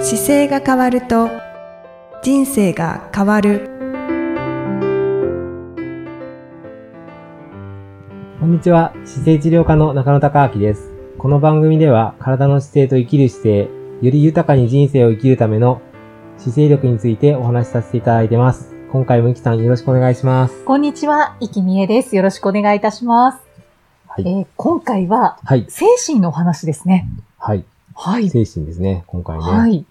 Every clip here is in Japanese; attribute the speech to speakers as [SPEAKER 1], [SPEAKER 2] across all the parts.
[SPEAKER 1] 姿勢が変わると人生が変わる
[SPEAKER 2] こんにちは。姿勢治療科の中野隆明です。この番組では、体の姿勢と生きる姿勢、より豊かに人生を生きるための姿勢力についてお話しさせていただいてます。今回もイキさんよろしくお願いします。
[SPEAKER 3] こんにちは、いきみえです。よろしくお願いいたします。
[SPEAKER 2] はい
[SPEAKER 3] えー今回は、
[SPEAKER 2] はい。
[SPEAKER 3] 精神のお話ですね。
[SPEAKER 2] はい。
[SPEAKER 3] はい。
[SPEAKER 2] 精神ですね、今回ね。
[SPEAKER 3] はい。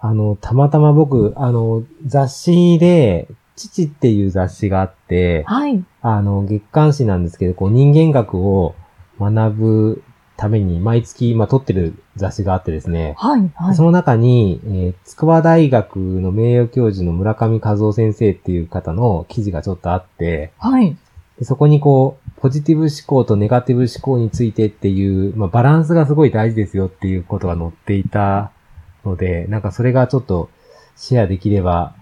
[SPEAKER 2] あの、たまたま僕、あの、雑誌で、父っていう雑誌があって、
[SPEAKER 3] はい。
[SPEAKER 2] あの、月刊誌なんですけど、こう、人間学を学ぶために、毎月、今撮ってる雑誌があってですね。
[SPEAKER 3] はい。はい
[SPEAKER 2] そ。の中に、えー筑波大学の名誉教授の村上和夫先生っていう方の記事がちょっとあって、
[SPEAKER 3] はい。
[SPEAKER 2] でそこにこう、ポジティブ思考とネガティブ思考についてっていう、まあ、バランスがすごい大事ですよっていうことが載っていたので、なんかそれがちょっとシェアできれば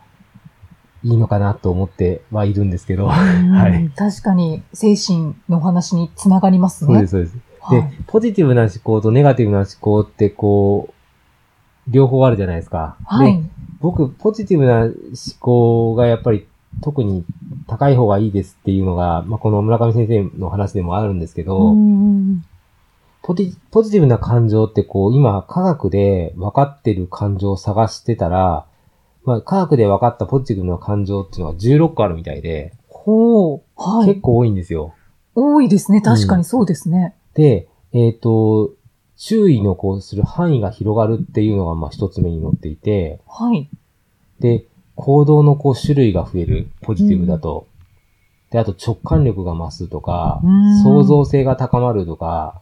[SPEAKER 2] いいのかなと思ってはいるんですけど。い
[SPEAKER 3] うん確かに、精神のお話につながりますね。
[SPEAKER 2] そうです、そうです。
[SPEAKER 3] は
[SPEAKER 2] で
[SPEAKER 3] い。、
[SPEAKER 2] ポジティブな思考とネガティブな思考ってこう、両方あるじゃないですか。
[SPEAKER 3] は
[SPEAKER 2] で
[SPEAKER 3] い。
[SPEAKER 2] 僕、ポジティブな思考がやっぱり特に高い方がいいですっていうのが、まあ、この村上先生の話でもあるんですけど、
[SPEAKER 3] うん
[SPEAKER 2] ポジポジティブな感情ってこう、今科学で分かってる感情を探してたら、まあ、科学で分かったポジティブな感情っていうのが16個あるみたいで、
[SPEAKER 3] ほう。は
[SPEAKER 2] 結
[SPEAKER 3] い。
[SPEAKER 2] 構多いんですよ。
[SPEAKER 3] 多いですね。確かにそうですね。
[SPEAKER 2] で、えっ、と、注意のこうする範囲が広がるっていうのがまあ一つ目に載っていて、
[SPEAKER 3] はい。
[SPEAKER 2] で、行動のこう種類が増える、ポジティブだと。で、あと直感力が増すとか
[SPEAKER 3] うん、
[SPEAKER 2] 創造性が高まるとか、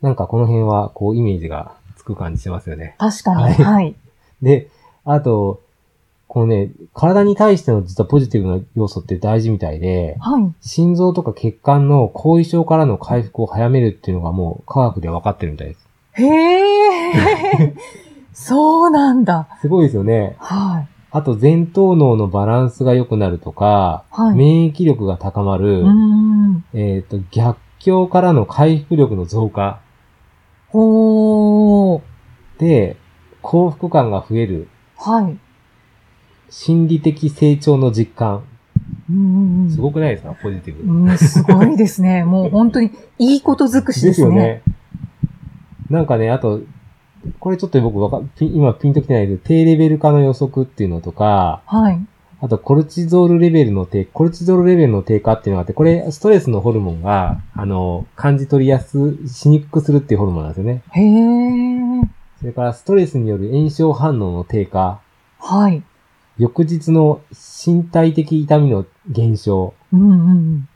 [SPEAKER 2] なんかこの辺はこうイメージがつく感じしますよね。
[SPEAKER 3] 確かに。
[SPEAKER 2] はい
[SPEAKER 3] はい。
[SPEAKER 2] で、あと、このね、体に対しての実はポジティブな要素って大事みたいで、
[SPEAKER 3] はい。
[SPEAKER 2] 心臓とか血管の後遺症からの回復を早めるっていうのがもう科学で分かってるみたいです。
[SPEAKER 3] へえ。そうなんだ。
[SPEAKER 2] すごいですよね。
[SPEAKER 3] はい。
[SPEAKER 2] あと、前頭脳のバランスが良くなるとか、
[SPEAKER 3] はい。
[SPEAKER 2] 免疫力が高まる、
[SPEAKER 3] うん。
[SPEAKER 2] えっ、と、逆境からの回復力の増加
[SPEAKER 3] ほう。
[SPEAKER 2] で、幸福感が増える、
[SPEAKER 3] はい。
[SPEAKER 2] 心理的成長の実感。
[SPEAKER 3] うん
[SPEAKER 2] すごくないですかポジティブ。
[SPEAKER 3] うん、すごいで すね。もう本当にいいこと尽くしですね。。
[SPEAKER 2] なんかね、あと、これちょっと僕わか、ピン今ピンときてないけど、低レベル化の予測っていうのとか、
[SPEAKER 3] はい。
[SPEAKER 2] あと、コルチゾールレベルの低、コルチゾールレベルの低下っていうのがあって、これ、ストレスのホルモンが、あの、感じ取りやす、しにくくするっていうホルモンなんですよね。
[SPEAKER 3] へえ。
[SPEAKER 2] それから、ストレスによる炎症反応の低下、
[SPEAKER 3] はい。
[SPEAKER 2] 翌日の身体的痛みの減少、
[SPEAKER 3] うんうん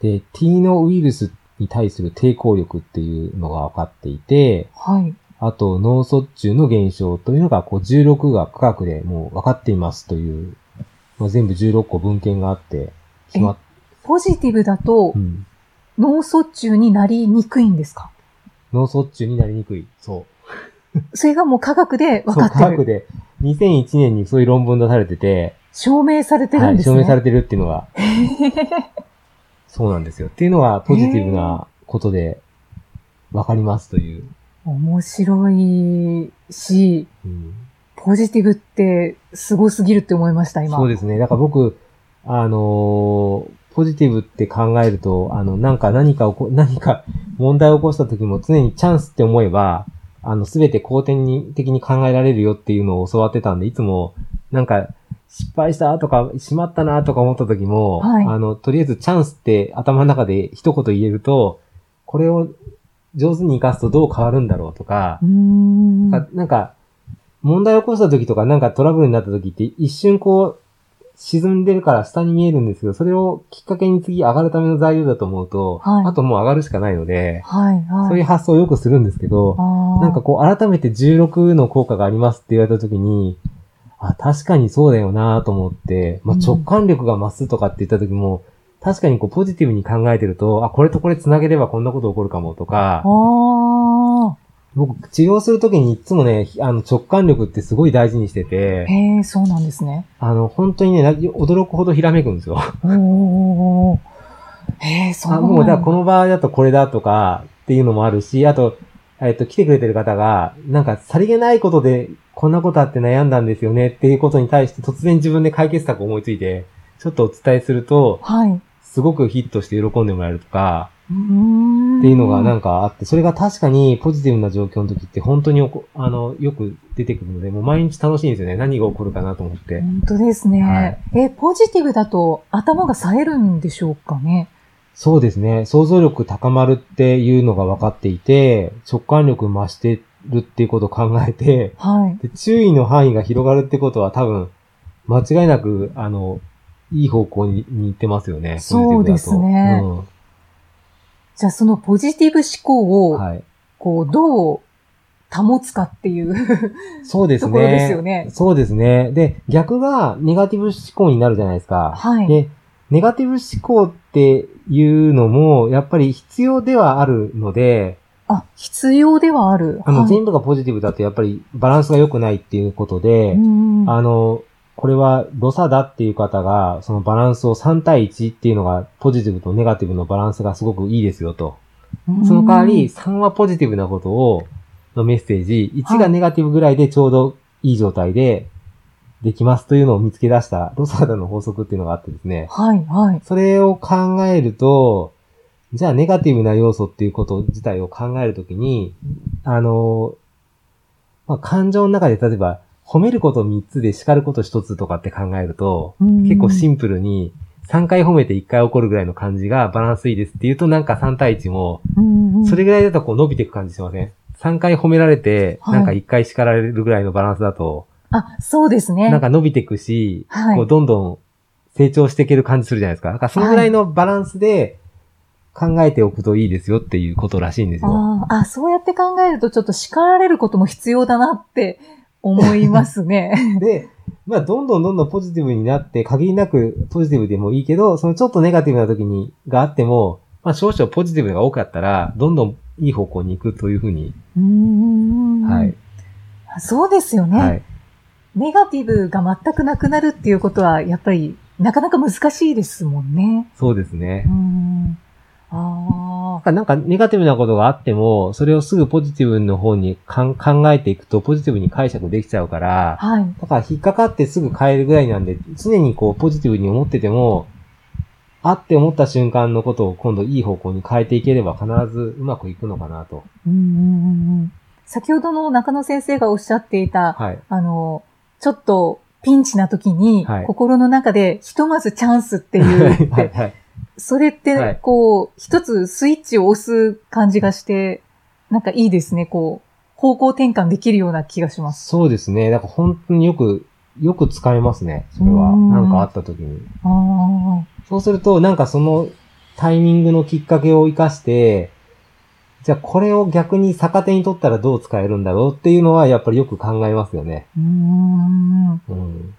[SPEAKER 2] で、T のウイルスに対する抵抗力っていうのが分かっていて、
[SPEAKER 3] うん。はい。
[SPEAKER 2] あと、脳卒中の減少というのが、こう、16が科学でもう分かっていますという、まあ、全部16個文献があって、決まっ、
[SPEAKER 3] ポジティブだと
[SPEAKER 2] うん。
[SPEAKER 3] 脳卒中になりにくいんですか
[SPEAKER 2] 脳卒中になりにくい。そう。
[SPEAKER 3] それがもう科学で分か
[SPEAKER 2] そう、科
[SPEAKER 3] っ
[SPEAKER 2] 学
[SPEAKER 3] てる。
[SPEAKER 2] で、2001年にそういう論文出されてて、
[SPEAKER 3] 証明されてる
[SPEAKER 2] は
[SPEAKER 3] ん
[SPEAKER 2] い、
[SPEAKER 3] です
[SPEAKER 2] 証
[SPEAKER 3] ね。
[SPEAKER 2] 明されてるっていうの が、そうなんですよ。っていうのが、ポジティブなことで、わかりますという。
[SPEAKER 3] 面白いし、
[SPEAKER 2] うん
[SPEAKER 3] ポジティブってすごすぎるって思いました、今。
[SPEAKER 2] そうですね。だから僕、あのーポジティブって考えると、あの、なんか何か起こ、何か 問題を起こした時も常にチャンスって思えば、あの、すべて後天に的に考えられるよっていうのを教わってたんで、いつも、なんか、失敗したとか、しまったなとか思った時も、
[SPEAKER 3] はい
[SPEAKER 2] あの、とりあえずチャンスって頭の中で一言言えると、これを上手に活かすとどう変わるんだろうとか
[SPEAKER 3] う、ーん。
[SPEAKER 2] かなんか、問題を起こした時とか、なんかトラブルになった時って、一瞬こう、沈んでるから下に見えるんですけど、それをきっかけに次上がるための材料だと思うと、
[SPEAKER 3] はい
[SPEAKER 2] あともう上がるしかないので、
[SPEAKER 3] はい、はい。
[SPEAKER 2] そういう発想をよくするんですけど、
[SPEAKER 3] あー
[SPEAKER 2] なんかこう、改めて16の効果がありますって言われた時に、あ、確かにそうだよなと思って、まあ、
[SPEAKER 3] うん
[SPEAKER 2] 直感力が増すとかって言った時も、確かにこう、ポジティブに考えてると、あ、これとこれ繋げればこんなこと起こるかもとか、
[SPEAKER 3] あ
[SPEAKER 2] 僕、治療するときにいつもね、あの、直感力ってすごい大事にして
[SPEAKER 3] ー。
[SPEAKER 2] て、
[SPEAKER 3] へえ、そうなんですね。
[SPEAKER 2] あの、本当にね、な驚くほどひらめくんですよ。
[SPEAKER 3] おーおーおーへえ、そう
[SPEAKER 2] あ
[SPEAKER 3] なん
[SPEAKER 2] もう、だからこ
[SPEAKER 3] の、
[SPEAKER 2] の場合だとこれだとかっていうのもあるし、あと、えっと、来てくれてる方が、なんか、さりげないことで、こんなことあって悩んだんですよねっていうことに対して、突然自分で解決策を思いついて、ちょっとお伝えすると、
[SPEAKER 3] はい。
[SPEAKER 2] すごくヒットして喜んでもらえるとか、
[SPEAKER 3] っ
[SPEAKER 2] っていうのがなんんかあって、それが確かにポジティブな状況の時って本当におこあの、よく出てくるので、もう毎日楽しいんですよね。何が起こるかなと思って。
[SPEAKER 3] 本当ですね、
[SPEAKER 2] はい
[SPEAKER 3] え、ポジティブだと頭が冴えるんでしょうかね。
[SPEAKER 2] そうですね。想像力高まるっていうのが分かっていて、直感力増してるっていうことを考えて、
[SPEAKER 3] はい。
[SPEAKER 2] で注意の範囲が広がるってことは多分、間違いなく、あの、いい方向にに行ってますよね。
[SPEAKER 3] そうですね
[SPEAKER 2] ポジティブだと
[SPEAKER 3] じゃあそのポジティブ思考
[SPEAKER 2] うん
[SPEAKER 3] を、
[SPEAKER 2] はい。
[SPEAKER 3] こう、どう保つかっていう
[SPEAKER 2] そうです
[SPEAKER 3] と
[SPEAKER 2] ね。
[SPEAKER 3] ころですよね。
[SPEAKER 2] そうですね。で、逆がネガティブ思考になるじゃないですか。
[SPEAKER 3] はい
[SPEAKER 2] で、ネガティブ思考っていうのも、やっぱり必要ではあるので、
[SPEAKER 3] あ、必要ではある。
[SPEAKER 2] あの、
[SPEAKER 3] はい
[SPEAKER 2] 全部がポジティブだとやっぱりバランスが良くないっていうことで、
[SPEAKER 3] うん
[SPEAKER 2] あの、これは、ロサだっていう方が、そのバランスを3対1っていうのが、ポジティブとネガティブのバランスがすごくいいですよと。その代わり、、3はポジティブなことを、のメッセージ、1がネガティブぐらいでちょうどいい状態で、できますというのを見つけ出した、ロサダの法則っていうのがあってですね。
[SPEAKER 3] はい、はい。
[SPEAKER 2] それを考えると、じゃあネガティブな要素っていうこと自体を考えるときに、あの、まあ、感情の中で例えば、褒めること3つで叱ること1つとかって考えると、結
[SPEAKER 3] 結
[SPEAKER 2] 構シンプルに、3回褒めて1回怒るぐらいの感じがバランスいいですっていうとなんか3対1も、それぐらいだとこう伸びていく感じしません ?3 回褒められて、
[SPEAKER 3] はい
[SPEAKER 2] なんか1回叱られるぐらいのバランスだと、
[SPEAKER 3] あ、そうですね。
[SPEAKER 2] なんか伸びていくし、
[SPEAKER 3] はい
[SPEAKER 2] こうどんどん成長していける感じするじゃないですか。だからそのぐらいのバランスで考えておくといいですよっていうことらしいんですよ。
[SPEAKER 3] あーあ、そうやって考えるとちょっと叱られることも必要だなって思いますね。
[SPEAKER 2] で、まあどんどんどんどんポジティブになって、限りなくポジティブでもいいけど、そのちょっとネガティブな時に、があっても、まあ少々ポジティブが多かったら、どんどんいい方向に行くというふうに、
[SPEAKER 3] うーん
[SPEAKER 2] はい、
[SPEAKER 3] そうですよね、
[SPEAKER 2] はい。
[SPEAKER 3] ネガティブが全くなくなるっていうことは、やっぱりなかなか難しいですもんね。
[SPEAKER 2] そうですね
[SPEAKER 3] うー。んあ
[SPEAKER 2] なんかネガティブなことがあっても、それをすぐポジティブの方にかん考えていくと、ポジティブに解釈できちゃうから
[SPEAKER 3] あ、、はい。
[SPEAKER 2] だから引っかかってすぐ変えるぐらいなんで、常にこうポジティブに思ってても、あって思った瞬間のことを今度いい方向に変えていければ必ずうまくいくのかなと。
[SPEAKER 3] うんうんうんうん先ほどの中野先生がおっしゃっていた、
[SPEAKER 2] はい。
[SPEAKER 3] あの、ちょっとピンチな時に、
[SPEAKER 2] はい
[SPEAKER 3] 心の中でひとまずチャンスっていうって、
[SPEAKER 2] はいはい。
[SPEAKER 3] それっ
[SPEAKER 2] は
[SPEAKER 3] て
[SPEAKER 2] い、
[SPEAKER 3] こう、一つスイッチを押す感じがして、なんかいいですね。こう、方向転換できるような気がします。
[SPEAKER 2] そうですね。だから本当によく、よく使えますね。それは。
[SPEAKER 3] うん
[SPEAKER 2] なんかあった時に。
[SPEAKER 3] ああ。
[SPEAKER 2] そうすると、なんかそのタイミングのきっかけを活かして、じゃあこれを逆に逆手に取ったらどう使えるんだろうっていうのはやっぱりよく考えますよね。
[SPEAKER 3] うーん。
[SPEAKER 2] うん。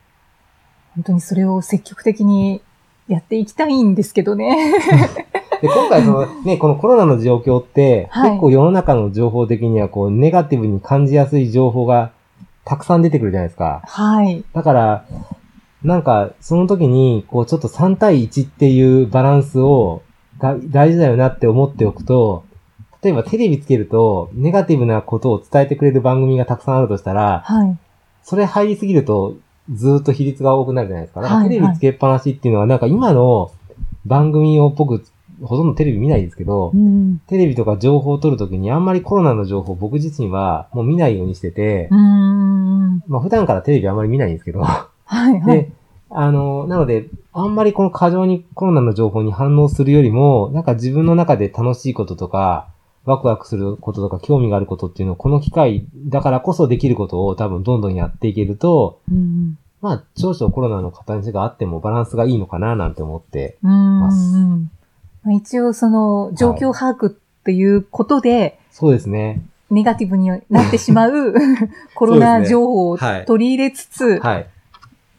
[SPEAKER 3] 本当にそれを積極的にやっていきたいんですけどね。
[SPEAKER 2] で、今回その、ね、このコロナの状況って、
[SPEAKER 3] はい
[SPEAKER 2] 結構世の中の情報的にはこう、ネガティブに感じやすい情報がたくさん出てくるじゃないですか。
[SPEAKER 3] はい。
[SPEAKER 2] だから、なんか、その時に、こう、ちょっと3対1っていうバランスを、が大事だよなって思っておくと、例えばテレビつけると、ネガティブなことを伝えてくれる番組がたくさんあるとしたら、
[SPEAKER 3] はい。
[SPEAKER 2] それ入りすぎると、ずーっと比率が多くなるじゃないですか。なんか
[SPEAKER 3] はい
[SPEAKER 2] テレビつけっぱなしっていうのは、なんか今の番組を僕、ほとんどテレビ見ないですけど、
[SPEAKER 3] うん。
[SPEAKER 2] テレビとか情報を取るときにあんまりコロナの情報を僕自身はもう見ないようにしてて
[SPEAKER 3] う、ーん。
[SPEAKER 2] まあ普段からテレビあんまり見ないんですけど、
[SPEAKER 3] はい。はい。
[SPEAKER 2] で、あの、なので、あんまりこの過剰にコロナの情報に反応するよりも、なんか自分の中で楽しいこととか、ワクワクすることとか興味があることっていうのをこの機会だからこそできることを多分どんどんやっていけると、
[SPEAKER 3] うん。
[SPEAKER 2] まあ、少々コロナの形があってもバランスがいいのかななんて思って。
[SPEAKER 3] うーん。まあ一応、その、状況把握っていうことで、
[SPEAKER 2] そうですね。
[SPEAKER 3] ネガティブになってしまう コロナ情報を取り入れつつ、
[SPEAKER 2] はい。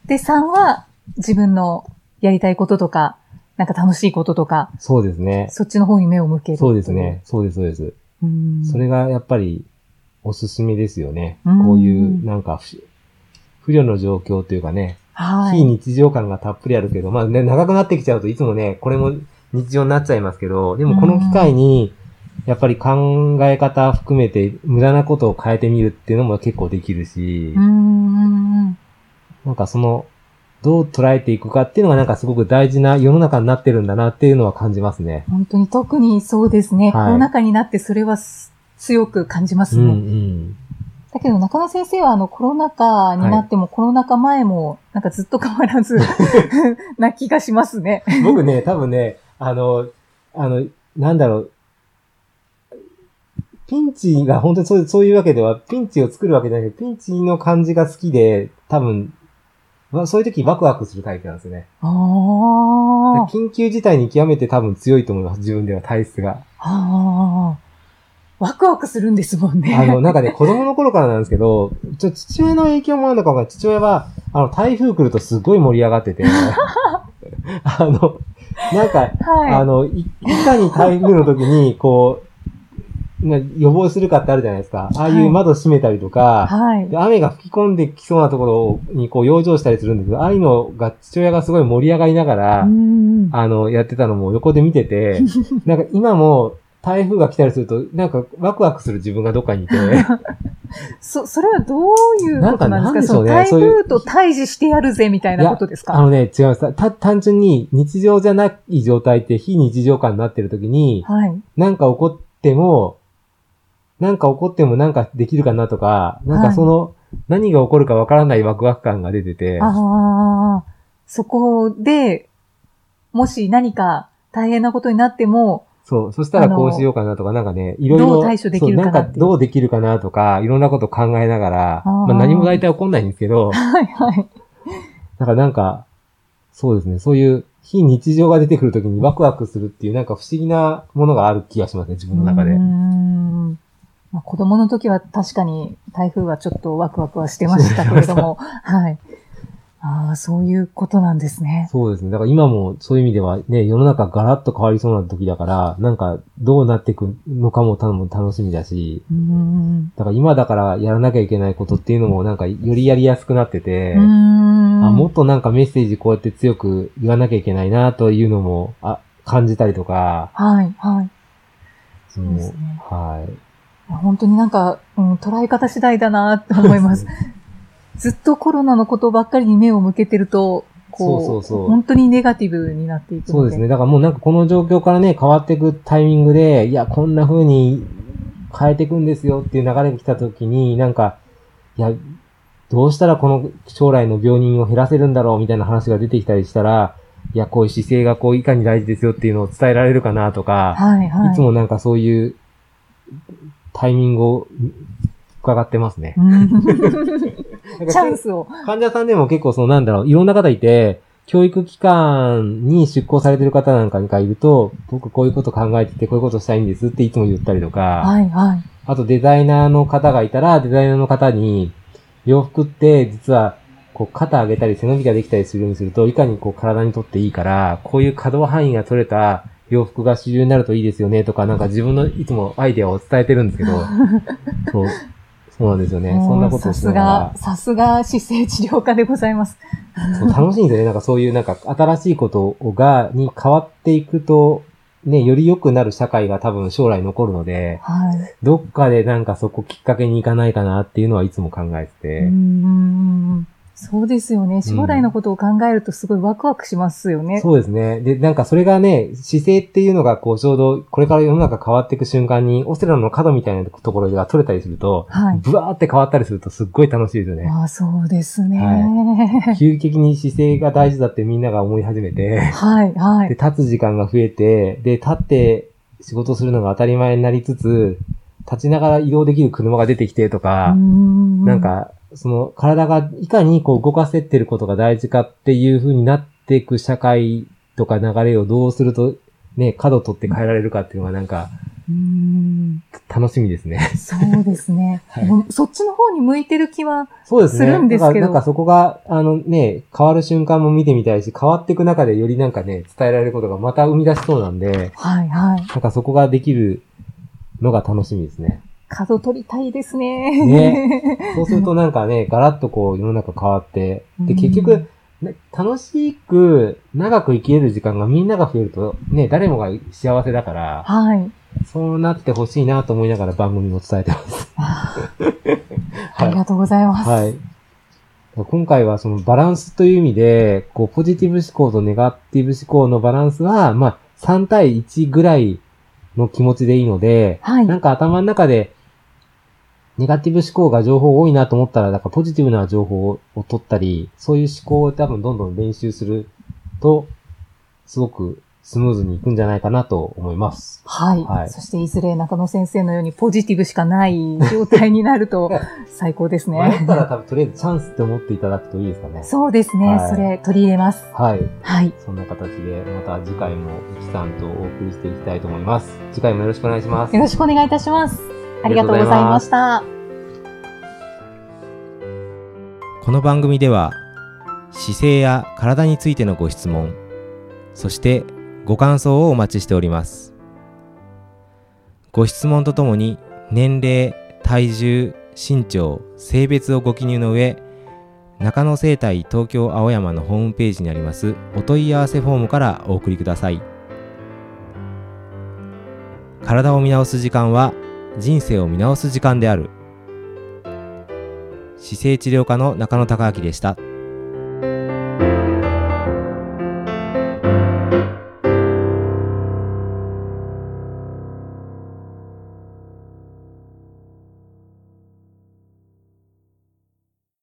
[SPEAKER 3] で、3は自分のやりたいこととか、なんか楽しいこととか、
[SPEAKER 2] そうですね。
[SPEAKER 3] そっちの方に目を向ける。
[SPEAKER 2] そうですね。。そうです、そうです。
[SPEAKER 3] うん。
[SPEAKER 2] それがやっぱりおすすめですよね。
[SPEAKER 3] うん
[SPEAKER 2] こういうなんか不不慮の状況というかね、
[SPEAKER 3] は
[SPEAKER 2] 非
[SPEAKER 3] い。
[SPEAKER 2] 日常感がたっぷりあるけど、まあね、長くなってきちゃうといつもね、これも日常になっちゃいますけど、でもこの機会にやっぱり考え方含めて無駄なことを変えてみるっていうのも結構できるし、
[SPEAKER 3] うんうんうん。
[SPEAKER 2] なんかその、どう捉えていくかっていうのがなんかすごく大事な世の中になってるんだなっていうのは感じますね。
[SPEAKER 3] 本当に特にそうですね。
[SPEAKER 2] はい
[SPEAKER 3] コロナ禍になってそれはす強く感じます
[SPEAKER 2] う
[SPEAKER 3] ね。
[SPEAKER 2] んうん。
[SPEAKER 3] だけど中野先生はあのコロナ禍になっても、コロナ禍前もなんかずっと変わ らずな気がしますね。
[SPEAKER 2] 僕ね、多分ね、あの、あの、なんだろう、ピンチが本当にそうそういうわけでは、ピンチを作るわけじゃないけど、ピンチの感じが好きで、多分、わそういう時ワクワクするタイプなんですよね。
[SPEAKER 3] あ
[SPEAKER 2] だ
[SPEAKER 3] ー
[SPEAKER 2] から緊急事態に極めて多分強いと思います、自分では体質が。
[SPEAKER 3] あー。ワクワクするんですもんね。
[SPEAKER 2] あの、なんかね、子供の頃からなんですけど、ちょ、父親の影響もあるのかもわかんない。父親は、あの、台風来るとすごい盛り上がってて、あの、なんか、あ
[SPEAKER 3] は
[SPEAKER 2] の、いいかに台風の時に、こう、な予防するかってあるじゃないですか。ああい
[SPEAKER 3] は
[SPEAKER 2] う
[SPEAKER 3] い
[SPEAKER 2] 窓閉めたりと
[SPEAKER 3] い。
[SPEAKER 2] か、
[SPEAKER 3] はい
[SPEAKER 2] で。雨が吹き込んできそうなところにこう養生したりするんですけど、ああいうのが父親がすごい盛り上がりながら、
[SPEAKER 3] うん
[SPEAKER 2] あの、やってたのも横で見て て、なんか今も台風が来たりすると、なんかワクワクする自分がどっかにいて、
[SPEAKER 3] そ、それはどういうことな
[SPEAKER 2] なんかなんん
[SPEAKER 3] で
[SPEAKER 2] ですし
[SPEAKER 3] か
[SPEAKER 2] ょうね
[SPEAKER 3] そ
[SPEAKER 2] そう
[SPEAKER 3] の台
[SPEAKER 2] いう
[SPEAKER 3] 風と対峙してやるぜみたいなことです
[SPEAKER 2] あ
[SPEAKER 3] か
[SPEAKER 2] のね、違います。た、単純に日常じゃない状態って非日常感になってる時に、
[SPEAKER 3] はい。
[SPEAKER 2] なんか起こっても、なんか起こってもなんかできるかなとか、なんかその、何が起こるかわからないワクワク感が出てて、
[SPEAKER 3] ああ、そこで、もし何か大変なことになっても、
[SPEAKER 2] そう、そしたらこうしようかなとか、なんかね、いろいろ、
[SPEAKER 3] どう対処できるか
[SPEAKER 2] そ
[SPEAKER 3] な
[SPEAKER 2] うなん
[SPEAKER 3] っ
[SPEAKER 2] か
[SPEAKER 3] ていう
[SPEAKER 2] どうできるかなとか、いろんなこと考えながら、
[SPEAKER 3] あー
[SPEAKER 2] まあ何も大体起こんないんですけど、
[SPEAKER 3] はいはい。
[SPEAKER 2] だからなんか、そうですね、そういう非日常が出てくるときにワクワクするっていうなんか不思議なものがある気がしますね、自分の中で
[SPEAKER 3] うー。んまあ、子供の時は確かに台風はちょっとワクワクはしてましたけれ ども、はい。ああ、そういうことなんですね。
[SPEAKER 2] そうですね。だから今もそういう意味ではね、世の中ガラッと変わりそうな時だから、なんかどうなっていくのかも多分楽しみだし、
[SPEAKER 3] うーん。
[SPEAKER 2] だから今だからやらなきゃいけないことっていうのもなんかよりやりやすくなってて、
[SPEAKER 3] うーん
[SPEAKER 2] あもっとなんかメッセージこうやって強く言わなきゃいけないなというのもあ感じたりとか、
[SPEAKER 3] はい、はい。
[SPEAKER 2] そ
[SPEAKER 3] そう
[SPEAKER 2] の
[SPEAKER 3] ですね。
[SPEAKER 2] はい。
[SPEAKER 3] いや本当になんか、うん、捉え方次第だなと思います。ずっとコロナのことばっかりに目を向けてると、こ
[SPEAKER 2] そう
[SPEAKER 3] う、
[SPEAKER 2] そうそう
[SPEAKER 3] 本当にネガティブになっていくので。
[SPEAKER 2] そうですね。だからもうなんかこの状況からね、変わっていくタイミングで、いや、こんな風に変えていくんですよっていう流れが来た時に、なんか、いや、どうしたらこの将来の病人を減らせるんだろうみたいな話が出てきたりしたら、いや、こういう姿勢がこういかに大事ですよっていうのを伝えられるかなとか、
[SPEAKER 3] はいはい。
[SPEAKER 2] いつもなんかそういうタイミングを伺ってますね。
[SPEAKER 3] うんチャンスを。
[SPEAKER 2] 患者さんでも結構そのなんだろう、いろんな方いて、教育機関に出向されてる方なんかがいると、僕こういうこと考えてて、こういうことしたいんですっていつも言ったりとか、
[SPEAKER 3] はいはい。
[SPEAKER 2] あとデザイナーの方がいたら、デザイナーの方に、洋服って実は、こう肩上げたり背伸びができたりするようにすると、いかにこう体にとっていいから、こういう可動範囲が取れた洋服が主流になるといいですよねとか、なんか自分のいつもアイデアを伝えてるんですけ ど、そう、そうなんですよね。
[SPEAKER 3] もう
[SPEAKER 2] そんなことを
[SPEAKER 3] さ
[SPEAKER 2] し
[SPEAKER 3] す
[SPEAKER 2] ながら
[SPEAKER 3] が、。さすが姿勢治療科でございます。
[SPEAKER 2] そう 楽しいんですよね。なんかそういうなんか新しいことが、に変わっていくと、ね、より良くなる社会が多分将来残るので、
[SPEAKER 3] はい。
[SPEAKER 2] どっかでなんかそこきっかけに行かないかなっていうのはいつも考えてて。
[SPEAKER 3] うんそうですよね。将来のことを考えるとすごいワクワクしますよね。
[SPEAKER 2] そうですね。で、なんかそれがね、姿勢っていうのがこうちょうどこれから世の中変わっていく瞬間に、オセロの角みたいなところが取れたりすると、
[SPEAKER 3] はい。
[SPEAKER 2] ブワーって変わったりするとすっごい楽しいですよね。
[SPEAKER 3] ああ、そうですね。
[SPEAKER 2] 急激に姿勢が大事だってみんなが思い始めて。
[SPEAKER 3] はい、は
[SPEAKER 2] で、
[SPEAKER 3] い。
[SPEAKER 2] 立つ時間が増えて、で、立って仕事するのが当たり前になりつつ、立ちながら移動できる車が出てきてとか、な、
[SPEAKER 3] なん
[SPEAKER 2] か、その体がいかにこう動かせてることが大事かっていう風になっていく社会とか流れをどうすると、ね、角取って変えられるかっていうのがなんか
[SPEAKER 3] うん
[SPEAKER 2] 楽しみですね。
[SPEAKER 3] そうです ね、
[SPEAKER 2] はい
[SPEAKER 3] もうそっちの方に向いてる気は、
[SPEAKER 2] そうですね。
[SPEAKER 3] するんですけ
[SPEAKER 2] だから
[SPEAKER 3] ど
[SPEAKER 2] なんかそこが、あのね、変わる瞬間も見てみたいし、変わっていく中でよりなんかね、伝えられることがまた生み出しそうなんで、
[SPEAKER 3] はいはい。
[SPEAKER 2] なんかそこができるのが楽しみです ね。
[SPEAKER 3] 角取りたいですね。
[SPEAKER 2] そうするとなんかね、ガラッとこう世の中変わって、
[SPEAKER 3] う
[SPEAKER 2] で、
[SPEAKER 3] ん
[SPEAKER 2] 結局、ね楽しく長く生きれる時間がみんなが増えると、ね、誰もが幸せだから、
[SPEAKER 3] はい。
[SPEAKER 2] そうなってほしいなと思いながら番組も伝えてます。
[SPEAKER 3] ありがとうございます。
[SPEAKER 2] はい。今回はそのバランスという意味で、こう、ポジティブ思考とネガティブ思考のバランスは、まあ、3対1ぐらいの気持ちでいいので、
[SPEAKER 3] はい。
[SPEAKER 2] なんか頭の中で、ネガティブ思考が情報多いなと思ったら、だからポジティブな情報を取ったり、そういう思考を多分どんどん練習すると、すごくスムーズにいくんじゃないかなと思います。
[SPEAKER 3] はい、
[SPEAKER 2] はい
[SPEAKER 3] そしていずれ中野先生のようにポジティブしかない状態になる と最高です
[SPEAKER 2] 迷っ
[SPEAKER 3] ね。
[SPEAKER 2] たら多分とりあえずチャンスって思っていただくといいですかね。
[SPEAKER 3] そうですね、
[SPEAKER 2] はい
[SPEAKER 3] それ取り入れます。
[SPEAKER 2] はい。
[SPEAKER 3] はい。
[SPEAKER 2] そんな形で、また次回もゆきさんとお送りしていきたいと思います。次回もよろしくお願いします
[SPEAKER 3] よ。ろしくお願いいたします。ありがとうございました。
[SPEAKER 2] この番組では姿勢や体についてのご質問そしてご感想をお待ちしておりますご質問とともに年齢体重身長性別をご記入の上中野生態東京青山のホームページにありますお問い合わせフォームからお送りください体を見直す時間は人生を見直す時間である姿勢治療科の中野孝明でした。